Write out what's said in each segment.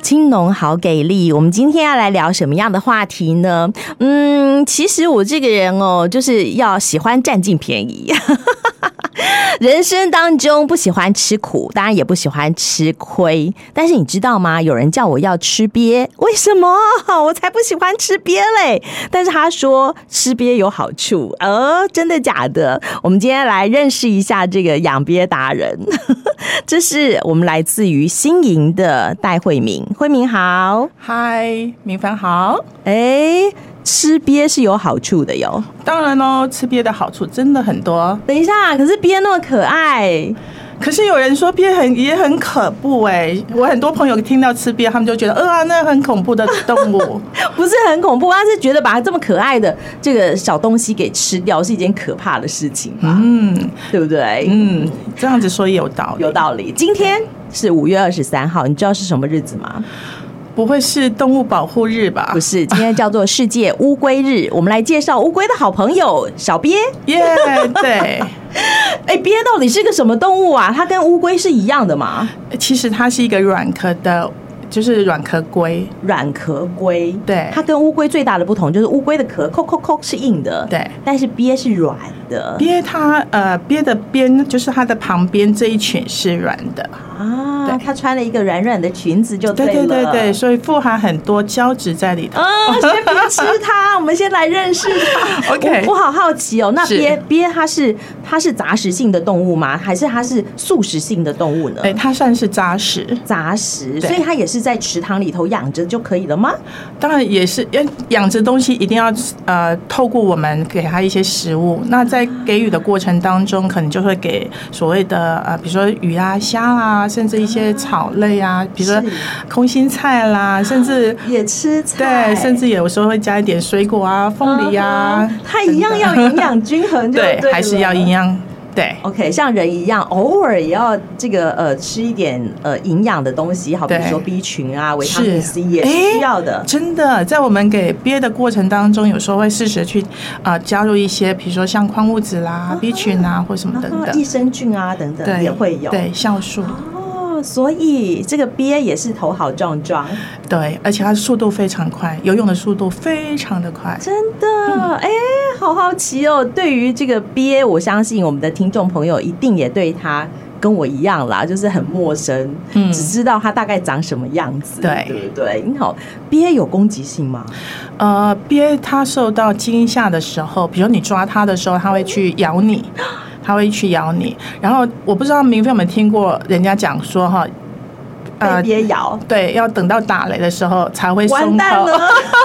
青农好给力！我们今天要来聊什么样的话题呢？嗯，其实我这个人哦，就是要喜欢占尽便宜。 人生当中不喜欢吃苦，当然也不喜欢吃亏。但是你知道吗？有人叫我要吃鳖，为什么？ 我才不喜欢吃鳖嘞！但是他说吃鳖有好处，呃，真的假的？我们今天来认识一下这个养鳖达人，这是我们来自于新营的戴慧明，慧明好，嗨，明凡好。哎。吃鳖是有好处的哟。当然喽，吃鳖的好处真的很多，等一下，可是鳖那么可爱，可是有人说鳖很也很可怖哎、我很多朋友听到吃鳖，他们就觉得，呃、啊，那很恐怖的动 物。不是很恐怖，他是觉得把它这么可爱的这个小东西给吃掉是一件可怕的事情吧？嗯对不对？嗯，这样子说也有道理。有道理。今天是五月二十三号，你知道是什么日子吗？不会是动物保护日吧不？是，今天叫做世界乌龟日。我们来介绍乌龟的好朋友小鳖。耶、对。哎，鳖到底是个什么动物啊？它跟乌龟是一样的吗？其实它是一个软壳的，就是软壳龟。软壳龟，对它跟乌龟最大的不同就是乌龟的壳扣扣扣是硬的，对但是鳖是软的鳖它呃鳖的边就是它的旁边这一群是软的，啊对。它穿了一个软软的裙子就对了，对对对，所以富含很多胶质在里头。嗯，先别吃 它，我们先来认识它。 OK 我我好好奇哦，那是鳖鳖它是它是杂食性的动物吗？还是它是素食性的动物呢？哎、它算是扎实，杂食，对所以它也是在池塘里头养着就可以了吗？当然也是，因为养殖东西一定要呃，透过我们给它一些食物。那在给予的过程当中，可能就会给所谓的呃，比如说鱼啊、虾啊，甚至一些草类啊，比如说是空心菜啦，甚至也吃对菜，，甚至有时候会加一点水果啊、凤梨啊嗯哼，它一样要营养均衡就 对，了还是要营。养对。 OK，像人一样，偶尔也要这个呃吃一点呃营养的东西，好比对说 B 群啊、维他命是 C 也是需要的。真的，在我们给鳖的过程当中，有时候会适时地去啊、呃加入一些，比如说像矿物质啦、B 群啊或什么然等后益等，生菌啊等等对，也会有。对酵素，哦，所以这个鳖也是头好壮壮，对，而且它速度非常快，游泳的速度非常的快。真的，嗯哎、好好奇哦。对于这个鳖，我相信我们的听众朋友一定也对它跟我一样啦，就是很陌生，嗯只知道它大概长什么样子，对对不对？你好，鳖有攻击性吗？呃，鳖它受到惊吓的时候，比如你抓它的时候，它会去咬你，它会去咬你。然后我不知道明飞有没有听过人家讲说哈，被呃，鳖咬。对，要等到打雷的时候才会完松蛋口。了！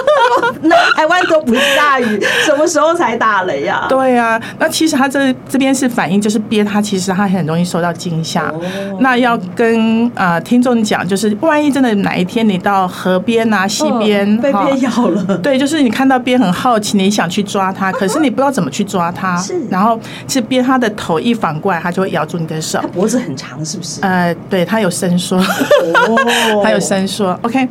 那台湾都不下雨，什么时候才打雷呀、啊？对啊，那其实它这这边是反应，就是憋它，其实它很容易受到惊吓。哦那要跟呃听众讲，就是万一真的哪一天你到河边啊、溪边、嗯被哈鳖咬了，对，就是你看到鳖很好奇，你想去抓 它，可是你不知道怎么去抓它。是然后是鳖它的头一反过来，它就会咬住你的手 它。脖子很长，是不 是？呃，对，它有伸缩，哦它有伸缩。OK，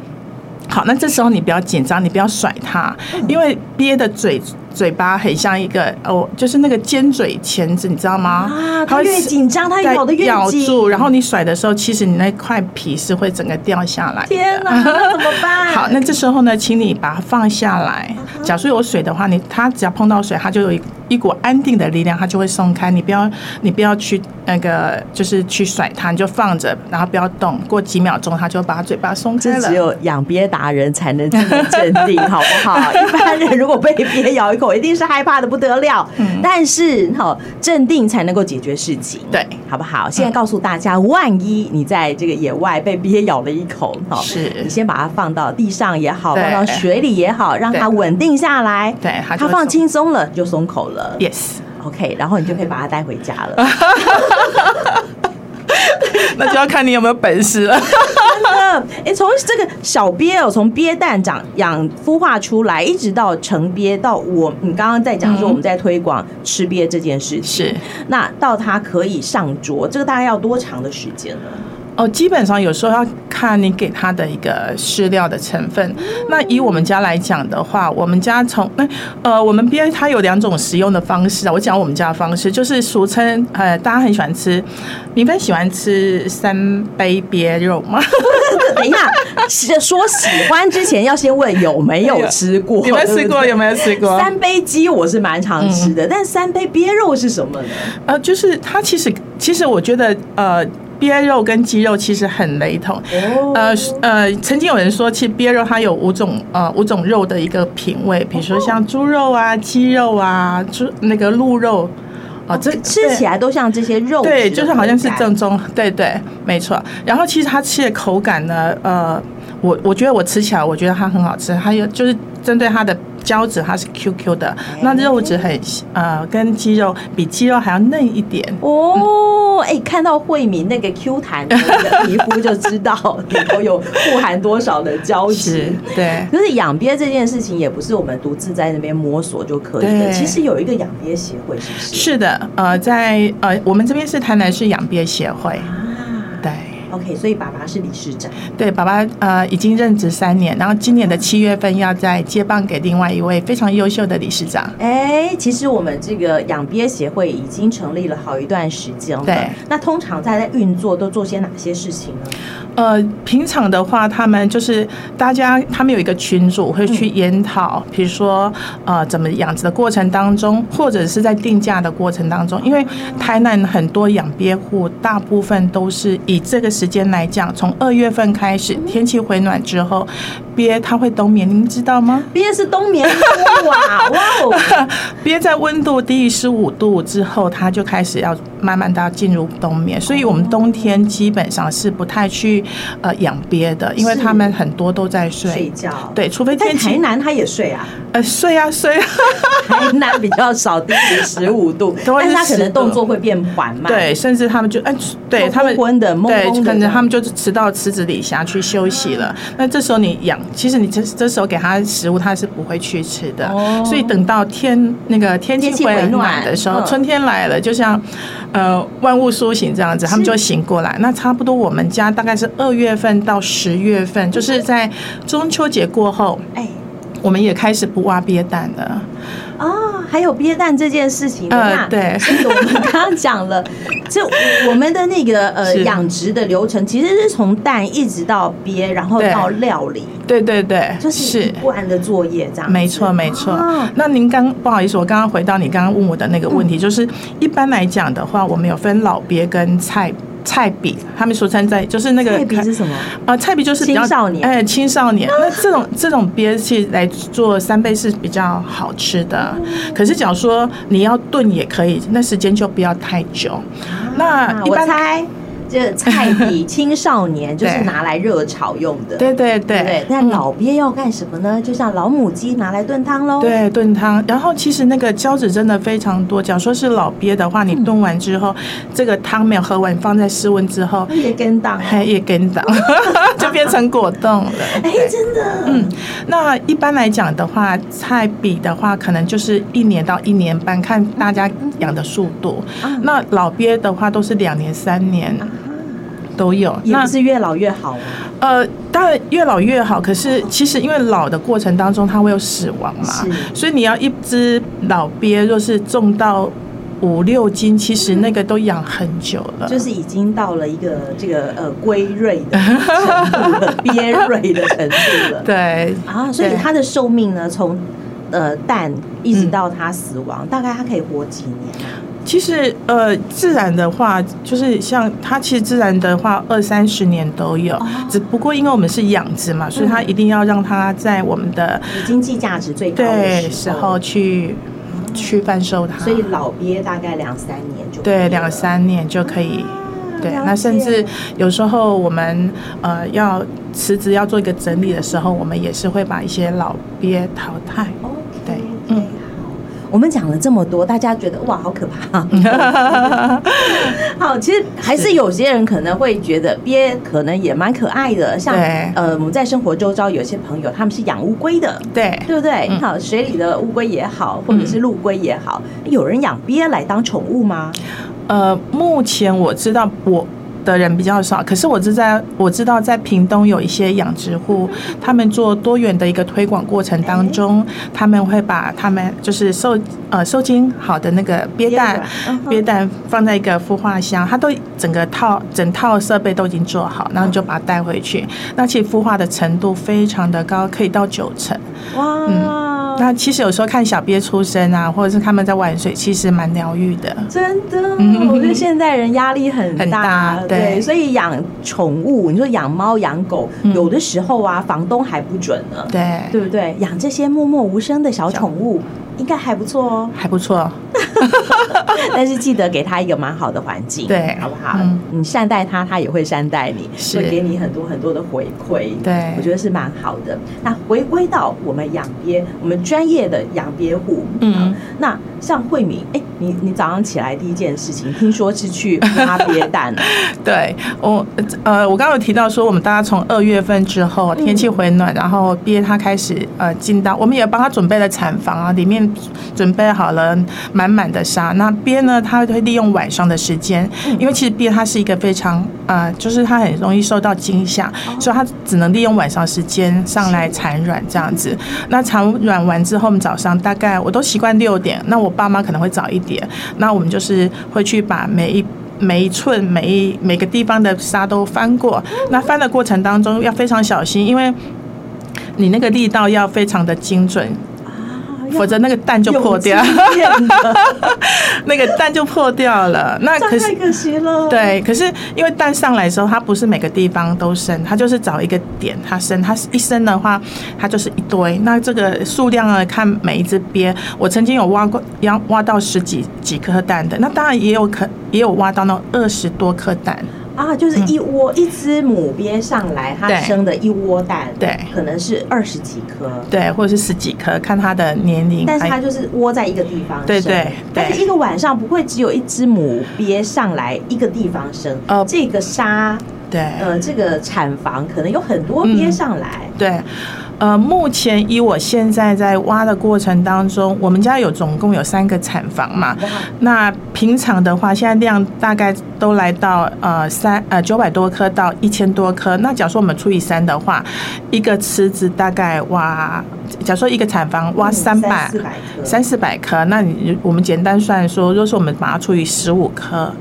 好，那这时候你不要紧张，你不要甩它，嗯因为鳖的嘴嘴巴很像一个哦，就是那个尖嘴钳子，你知道吗？啊，它越紧张，它在咬的越咬紧。住，然后你甩的时候，其实你那块皮是会整个掉下来的。天哪，那怎么办？ 好，那这时候呢，请你把它放下来。假如有水的话，你它只要碰到水，它就有一一股安定的力量，它就会松开。你不要，你不要去那个，就是去甩它，你就放着，然后不要动。过几秒钟，它就把它嘴巴松开这了只。有养鳖达人才能这么镇定，好不 好？一般人如果被鳖咬一口，一定是害怕的不得了。嗯但是哈、哦，镇定才能够解决事情，对，嗯好不好？现在告诉大家，万一你在这个野外被鳖咬了一口，哈、是你先把它放到地上也好，对放到水里也好，让它对稳定下来。对它就它会放松轻松了就松口了。 Yes， OK，然后你就可以把它带回家了。那就要看你有没有本事了。 呃，哎，从这个小鳖哦，从鳖蛋长养孵化出来，一直到成鳖，到我你刚刚在讲说嗯我们在推广吃鳖这件事情，是那到它可以上桌，这个大概要多长的时间呢？ 哦，基本上有时候要看你给它的一个饲料的成分。那以我们家来讲的话，我们家从那呃，我们鳖它有两种食用的方式啊。我讲我们家的方式，就是俗称 呃，大家很喜欢吃，你们喜欢吃三杯鳖肉吗？等一下，是说喜欢之前要先问有没哎有吃过，有没有对吃不过？嗯对有没有吃过？三杯鸡我是蛮常吃的，但三杯鳖肉是什么呢？呃，就是它其实其实我觉得呃。鳖肉跟鸡肉其实很雷同，哦呃呃，曾经有人说，其实鳖肉它有五种呃五种肉的一个品味，比如说像猪肉啊、鸡肉啊、猪那个鹿肉，啊、这哦吃起来。来都像这些肉质的口感，对，就是好像是正宗，对对，没错。然后其实它吃的口感呢，呃，我我觉得我吃起来，我觉得它很好吃。还有就是针对它的胶质，它是 QQ 的，哎那肉质很呃，跟鸡肉比鸡肉还要嫩一点。哦，哎、看到慧敏那个 Q 弹的那个皮肤就知道里头有富含多少的胶质是。，对，可是养鳖这件事情也不是我们独自在那边摸索就可以的，对其实有一个养鳖协会，是不是？是的，呃，在呃，我们这边是台南市养鳖协会，啊对。 ，OK，所以爸爸是理事长，对，爸爸呃已经任职三年，然后今年的七月份要再接棒给另外一位非常优秀的理事长。哎、其实我们这个养鳖协会已经成立了好一段时间了。对，那通常在在运作都做些哪些事情呢？呃，平常的话，他们就是大家，他们有一个群组会去研讨，比如说呃，怎么养殖的过程当中，或者是在定价的过程当中，因为台南很多养鳖户，大部分都是以这个时间来讲，从二月份开始，天气回暖之后，鳖它会冬眠，您知道吗？鳖是冬眠动物 啊，哇哦！鳖在温度低于十五度之后，它就开始要慢慢的要进入冬眠，所以我们冬天基本上是不太去呃养鳖的，因为是它们很多都在睡睡。觉。对，除非在天台气南他也睡啊，呃睡啊睡啊， 台南比较少低于十五度， 都会但是是他可能10度动作会变缓慢。对，甚至他们就哎、对梦他们昏的梦对昏，的啊可这能样他们就是吃到池子底下去休息了。那这时候你养，其实你这这时候给它食物，它是不会去吃的。哦所以等到天那个天天气气回回暖暖的时候，嗯春天来了，就像呃万物苏醒这样子，他们是就醒过来。那差不多我们家大概是二月份到十月份，就是在中秋节过后，哎我们也开始不挖鳖蛋了。哦，还有憋蛋这件事情，呃那对这个我们刚刚讲了， 这我们的那个呃是养殖的流程其实是从蛋一直到憋，然后对到料理，对对对，就是一贯的作业这样子。没错，没错。啊那您刚不好意思，我刚刚回到你刚刚问我的那个问嗯题，就是一般来讲的话，我们有分老鳖跟菜菜比，他们俗称在就是那个菜比是什么？啊，菜比就是比较青少年哎，青少年。那这种这种鳖是来做三倍是比较好吃的，嗯可是假如说你要炖也可以，那时间就不要太久。那啊一我般猜这菜 比青少年就是对拿来热炒用的。对嗯对对不对对，，但老鳖要干什么呢？就像老母鸡拿来炖汤喽。，对，炖汤。然后其实那个胶质真的非常多。假如说是老鳖的话，你炖完之后，这个汤没有喝完，放在室温之后， 也跟档哦。还也跟档， 就变成果冻了。哎，真的，嗯，那一般来讲的话，菜比的话，可能就是一年到一年半，看大家养的速度。嗯那老鳖的话，都是两年、三年都有。啊也那不是越老越好哦。呃，当然越老越好，可是其实因为老的过程当中，它会有死亡嘛是，所以你要一只老鳖，若是重到五六斤，其实那个都养很久了。就是已经到了一个这个呃归瑞 的程度了，鳖瑞的程度了对，啊，所以对它的寿命呢，从呃蛋一直到它死亡，嗯大概它可以活几年啊？其实呃，自然的话，就是像它其实自然的话，二三十年都有，哦嗯只不过因为我们是养殖嘛，所以它一定要让它在我们的以经济价值最高对的时时候候，去去贩售它，所以老鳖大概两三年就可以对了两三年就可以。对，了那甚解至有时候我们呃要辞职要做一个整理的时候，我们也是会把一些老鳖淘汰。 OK，对嗯嗯。我们讲了这么多，大家觉得哇，好可 怕！好，其实还是有些人可能会觉得鳖可能也蛮可爱的，像对呃，我们在生活周遭有些朋友他们是养乌龟的，对，对不对？嗯好，水里的乌龟也好，或者是陆龟也好，有人养鳖来当宠物吗？呃，目前我知道我。的人比较少，可是我知在我知道在屏东有一些养殖户，他们做多元的一个推广过程当中，他们会把他们就是受呃受精好的那个鳖蛋嗯哼鳖蛋放在一个孵化箱，它都整个套整套设备都已经做好，然后你就把它带回去。那其实孵化的程度非常的高，可以到九成。哇，那其实有时候看小鳖出生啊，或者是他们在玩水，其实蛮疗愈的。真的，嗯我觉得现在人压力很大，很大对所以养宠物，你说养猫养狗，嗯有的时候啊，房东还不准呢，对，。对不对？养这些默默无声的小宠物，应该还不错哦还不错。 但是记得给它一个蛮好的环境，对好不好？嗯你善待它，它也会善待你，是会给你很多很多的回馈。对我觉得是蛮好的。那回归到我们养鳖，我们专业的养鳖户，嗯好那像慧敏，哎，你你早上起来第一件事情，听说是去拉鳖 蛋了，对我，呃，我刚刚有提到说，我们大家从二月份之后天气回暖，然后鳖它开始呃进到，我们也帮它准备了产房啊，里面准备好了满满的沙。那鳖呢，它会利用晚上的时间，因为其实鳖它是一个非常呃，就是它很容易受到惊吓，所以它只能利用晚上时间上来产卵这样子。那产卵完之后，我们早上大概我都习惯六点，那我爸妈可能会早一点，那我们就是会去把每一。每一寸、每一每个地方的沙都翻过，那翻的过程当中要非常小心，因为你那个力道要非常的精准，啊否则那个蛋就破掉， 那个蛋就破掉了。那这可样是太可惜了。，对，可是因为蛋上来的时候，它不是每个地方都生，它就是找一个点它生，它一生的话，它就是一堆。那这个数量呢，看每一只鳖，我曾经有挖过，要挖到十几几颗蛋的，那当然也有可也有挖到那二十多颗蛋。啊，就是一窝、一只母鳖上来，它嗯对生的一窝蛋，对可能是二十几颗，对，或者是十几颗，看它的年龄。但是哎它就是窝在一个地方生，对对对但是一个晚上不会只有一只母鳖上来一个地方生，呃这个沙，对，呃，这个产房可能有很多嗯鳖上来，对，呃，目前以我现在在挖的过程当中，我们家有总共有三个产房嘛。哇那平常的话，现在量大概都来到呃三呃九百多颗到一千多颗。那假如说我们除以三的话，一个池子大概挖，假如说一个产房挖嗯三百、四百颗，三四百颗，那你我们简单算说，若是我们把它除以十五颗，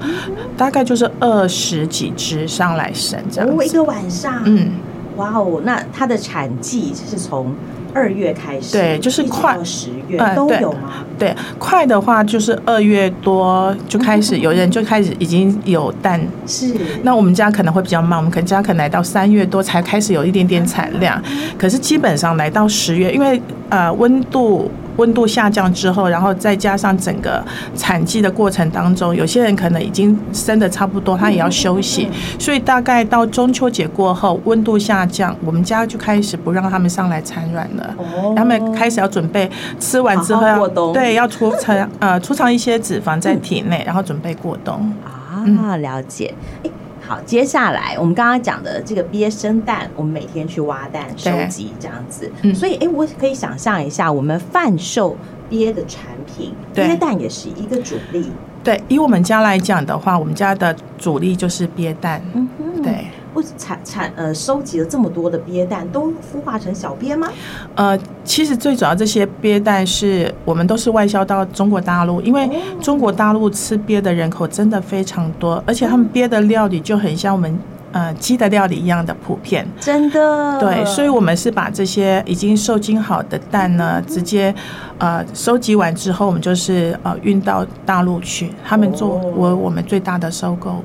大概就是二十几只上来生这样哦，一子。个晚上，嗯，哇哦，那它的产季是从二月开始，对就是一直快到十月嗯都对有吗？对，快的话就是二月多就开始，有人就开始已经有蛋。是，那我们家可能会比较慢，我们可能家可能来到三月多才开始有一点点产量，可是基本上来到十月，因为呃温度。温度下降之后，然后再加上整个产季的过程当中，有些人可能已经生的差不多，他也要休息，所以大概到中秋节过后，温度下降，我们家就开始不让他们上来产卵了。哦他们开始要准备吃完之好后好要过冬对要储藏呃储藏一些脂肪在体内，然后准备过冬。啊，了解。诶好，接下来我们刚刚讲的这个鳖生蛋，我们每天去挖蛋、收对集这样子。嗯所以，哎、我可以想象一下，我们贩售鳖的产品，对鳖蛋也是一个主力。对，以我们家来讲的话，我们家的主力就是鳖蛋。嗯哼，对，我产产呃，收集了这么多的鳖蛋，都孵化成小鳖吗？呃，其实最主要这些鳖蛋是我们都是外销到中国大陆，因为哦中国大陆吃鳖的人口真的非常多，而且他嗯们鳖的料理就很像我们呃鸡的料理一样的普遍。真的，对，所以我们是把这些已经受精好的蛋呢，嗯直接呃收集完之后，我们就是呃运到大陆去，他们做哦我我们最大的收购。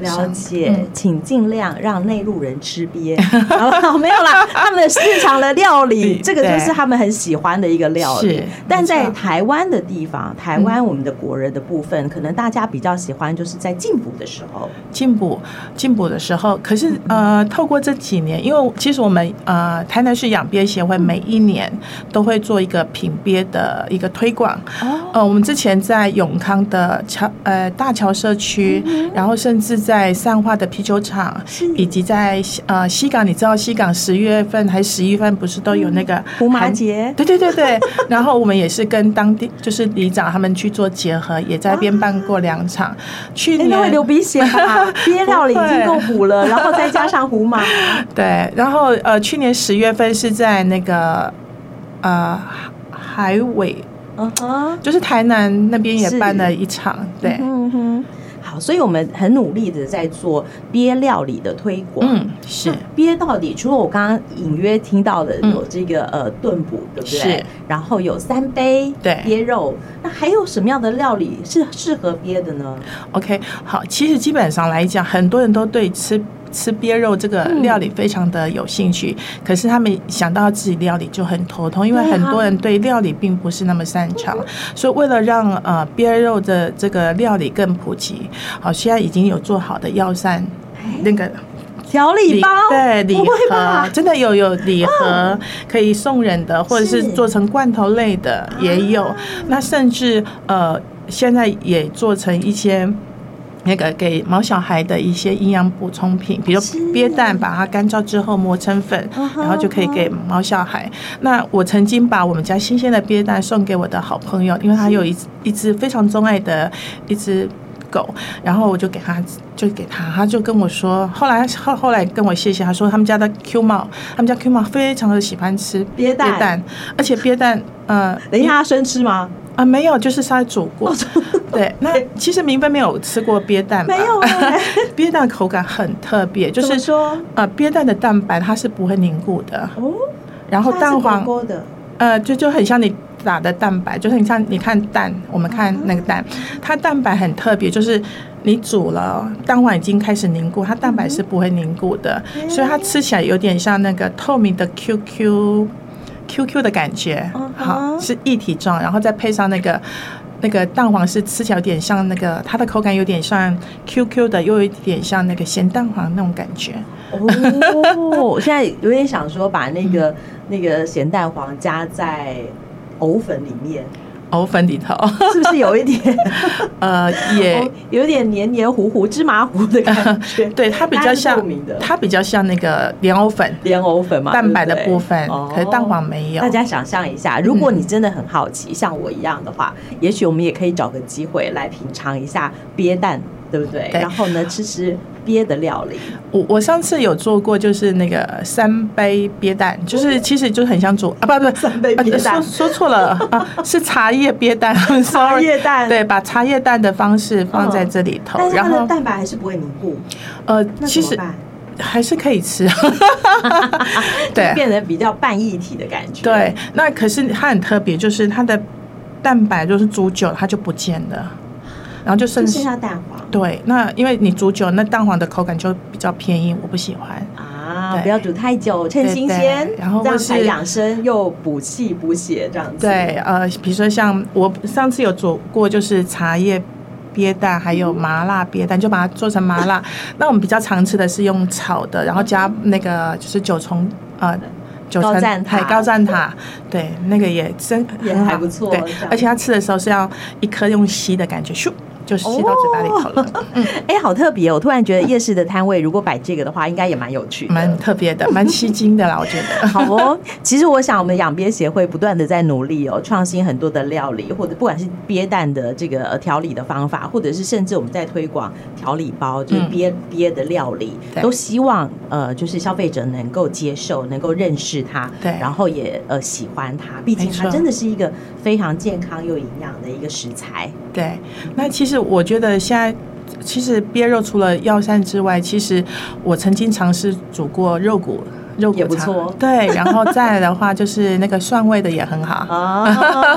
了解，嗯请尽量让内陆人吃 鳖，好不好？没有啦，他们的市场的料理，对这个就是他们很喜欢的一个料理是。但在没错嗯台湾的地方，台湾我们的国人的部分，可能大家比较喜欢就是在进补的时候，进补进补的时候，可是呃，透过这几年，因为其实我们呃台南市养鳖协会每一年都会做一个品鳖的一个推广。哦嗯呃，我们之前在永康的桥呃大桥社区，然后甚至在上化的啤酒厂，以及在呃西港，你知道西港十月份还十一月份不是都有那嗯个胡麻韩节对对对对， 然后我们也是跟当地就是里长他们去做结合，也在边办过两场。去哎，那会年流鼻血 吧？憋到了已经够补了，然后再加上胡麻，对，然后呃，去年十月份是在那个呃海尾，嗯哼，就是台南那边也是办了一场，对，嗯哼，好，所以我们很努力的在做鳖料理的推广。嗯，是那鳖到底除了我刚刚隐约听到的嗯有这个、呃炖补，对不对？是。然后有三杯对鳖肉，那还有什么样的料理是适合鳖的呢？ OK。好，其实基本上来讲，很多人都对吃。吃鳖肉这个料理非常的有兴趣，嗯可是他们想到自己料理就很头痛，因为对啊很多人对料理并不是那么擅长，嗯所以为了让呃鳖肉的这个料理更普及，好，现在已经有做好的药膳哎那个调理包，对礼不会吧哦盒，真的有有礼盒可以送人的，或者是是啊做成罐头类的也有。那甚至呃，现在也做成一些。那个给毛小孩的一些营养补充品，比如是鳖蛋，把它干燥之后磨成粉，嗯哼然后就可以给毛小孩。那我曾经把我们家新鲜的鳖蛋送给我的好朋友，因为他有一一只非常钟爱的一只狗，然后我就给他，就给他，他就跟我说，后来后后来跟我谢谢，他说他们家的 Q 猫，他们家 Q 猫非常的喜欢吃鳖蛋而且鳖蛋，呃等一下哦它生吃吗？啊没有，就是他煮过，对，那其实明芬没有吃过鳖蛋 吧，没有哎 鳖蛋口感很特别，就怎么是说呃鳖蛋的蛋白它是不会凝固的，哦，然后它是蛋黄火锅的，呃，就就很像你打的蛋白，就是你像你看蛋，我们看那个蛋，它蛋白很特别，就是你煮了，蛋黄已经开始凝固，它蛋白是不会凝固的，嗯所以它吃起来有点像那个透明的 QQ QQ 的感觉，嗯哼好是一体状，然后再配上那个。那个蛋黄是吃起来有点像那个，它的口感有点像 QQ 的，又有一点像那个咸蛋黄那种感觉。 哦，我现在有点想说把那个、嗯那个咸蛋黄加在藕粉里面，藕粉里头，是不是有一点呃，也藕有点黏黏糊糊、芝麻糊的感 觉？对，它比较它是像透明的，它比较像那个莲藕粉莲藕粉嘛，蛋白的对不对部分，可是蛋。黄哦没有大。家想象一下，如果你真的很好奇，像我一样的话，也许我们也可以找个机会来品尝一下鳖蛋，对不对？对然后呢，吃吃鳖的料理。我我上次有做过，就是那个三杯鳖蛋，就是其实就是很像煮啊，不不，三杯鳖蛋啊说说错了 啊，是茶叶鳖蛋 ，sorry，茶叶蛋对，把茶叶蛋的方式放在嗯这里头，但是然它的后蛋白还是不会凝固，呃，那其怎么实办？还是可以吃， 就对，变得比较半液体的感觉。对，那可是它很特别，就是它的蛋白就是煮久了它就不见了，然后就剩就下剩下蛋黄对，那因为你煮久，那蛋黄的口感就比较偏硬，我不喜欢。啊，对不要煮太久，趁新鲜对，对然后这样或是才养生又补气补血这样子。对，，呃，比如说像我上次有煮过，就是茶叶鳖蛋，还有麻辣鳖蛋，就把它做成麻 辣。那我们比较常吃的是用炒的，然后加那个就是九重呃。九高层赞塔哎高赞塔，对，那个也真也很还好不错对这样，而且它吃的时候是要一颗用吸的感觉，咻就吸到嘴巴里头了。 哎，好特别哦！我突然觉得夜市的摊位如果摆这个的话，应该也蛮有趣的。蛮特别的，蛮吸睛的啦，我觉得。好哦，其实我想我们养鳖协会不断的在努力哦，创新很多的料理，或者不管是鳖蛋的这个呃调理的方法，或者是甚至我们在推广调理包，就是嗯鳖、鳖的料理，对都希望呃就是消费者能够接受，能够认识它，对然后也呃喜欢它，毕竟它没错真的是一个非常健康又营养的一个食材。对，那其实我觉得现在。其实鳖肉除了药膳之外，其实我曾经尝试煮过肉骨，肉骨也不茶错对，然后再来的话就是那个蒜味的也很啊好。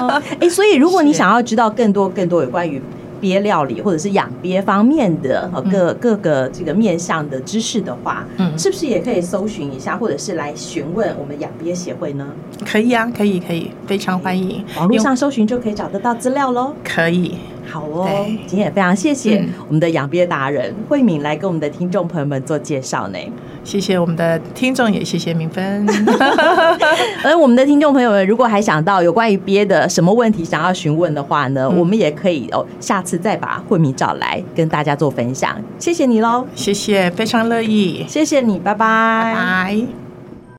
哦，哎，所以如果你是想要知道更多更多有关于鳖料理或者是养鳖方面的和各、各个这个面向的知识的话，嗯是不是也可以搜寻一下，或者是来询问我们养鳖协会呢？可以啊，可以可以，非常欢迎。嗯网络因为上搜寻就可以找得到资料喽。可以，好哦对，今天也非常谢谢嗯我们的养鳖达人慧敏来跟我们的听众朋友们做介绍呢。谢谢我们的听众，也谢谢明芬。 而我们的听众朋友们，如果还想到有关于鳖的什么问题想要询问的话呢，我们也可以哦，下次再把慧敏找来跟大家做分享。谢谢你喽，谢谢，非常乐意。谢谢你，拜拜拜。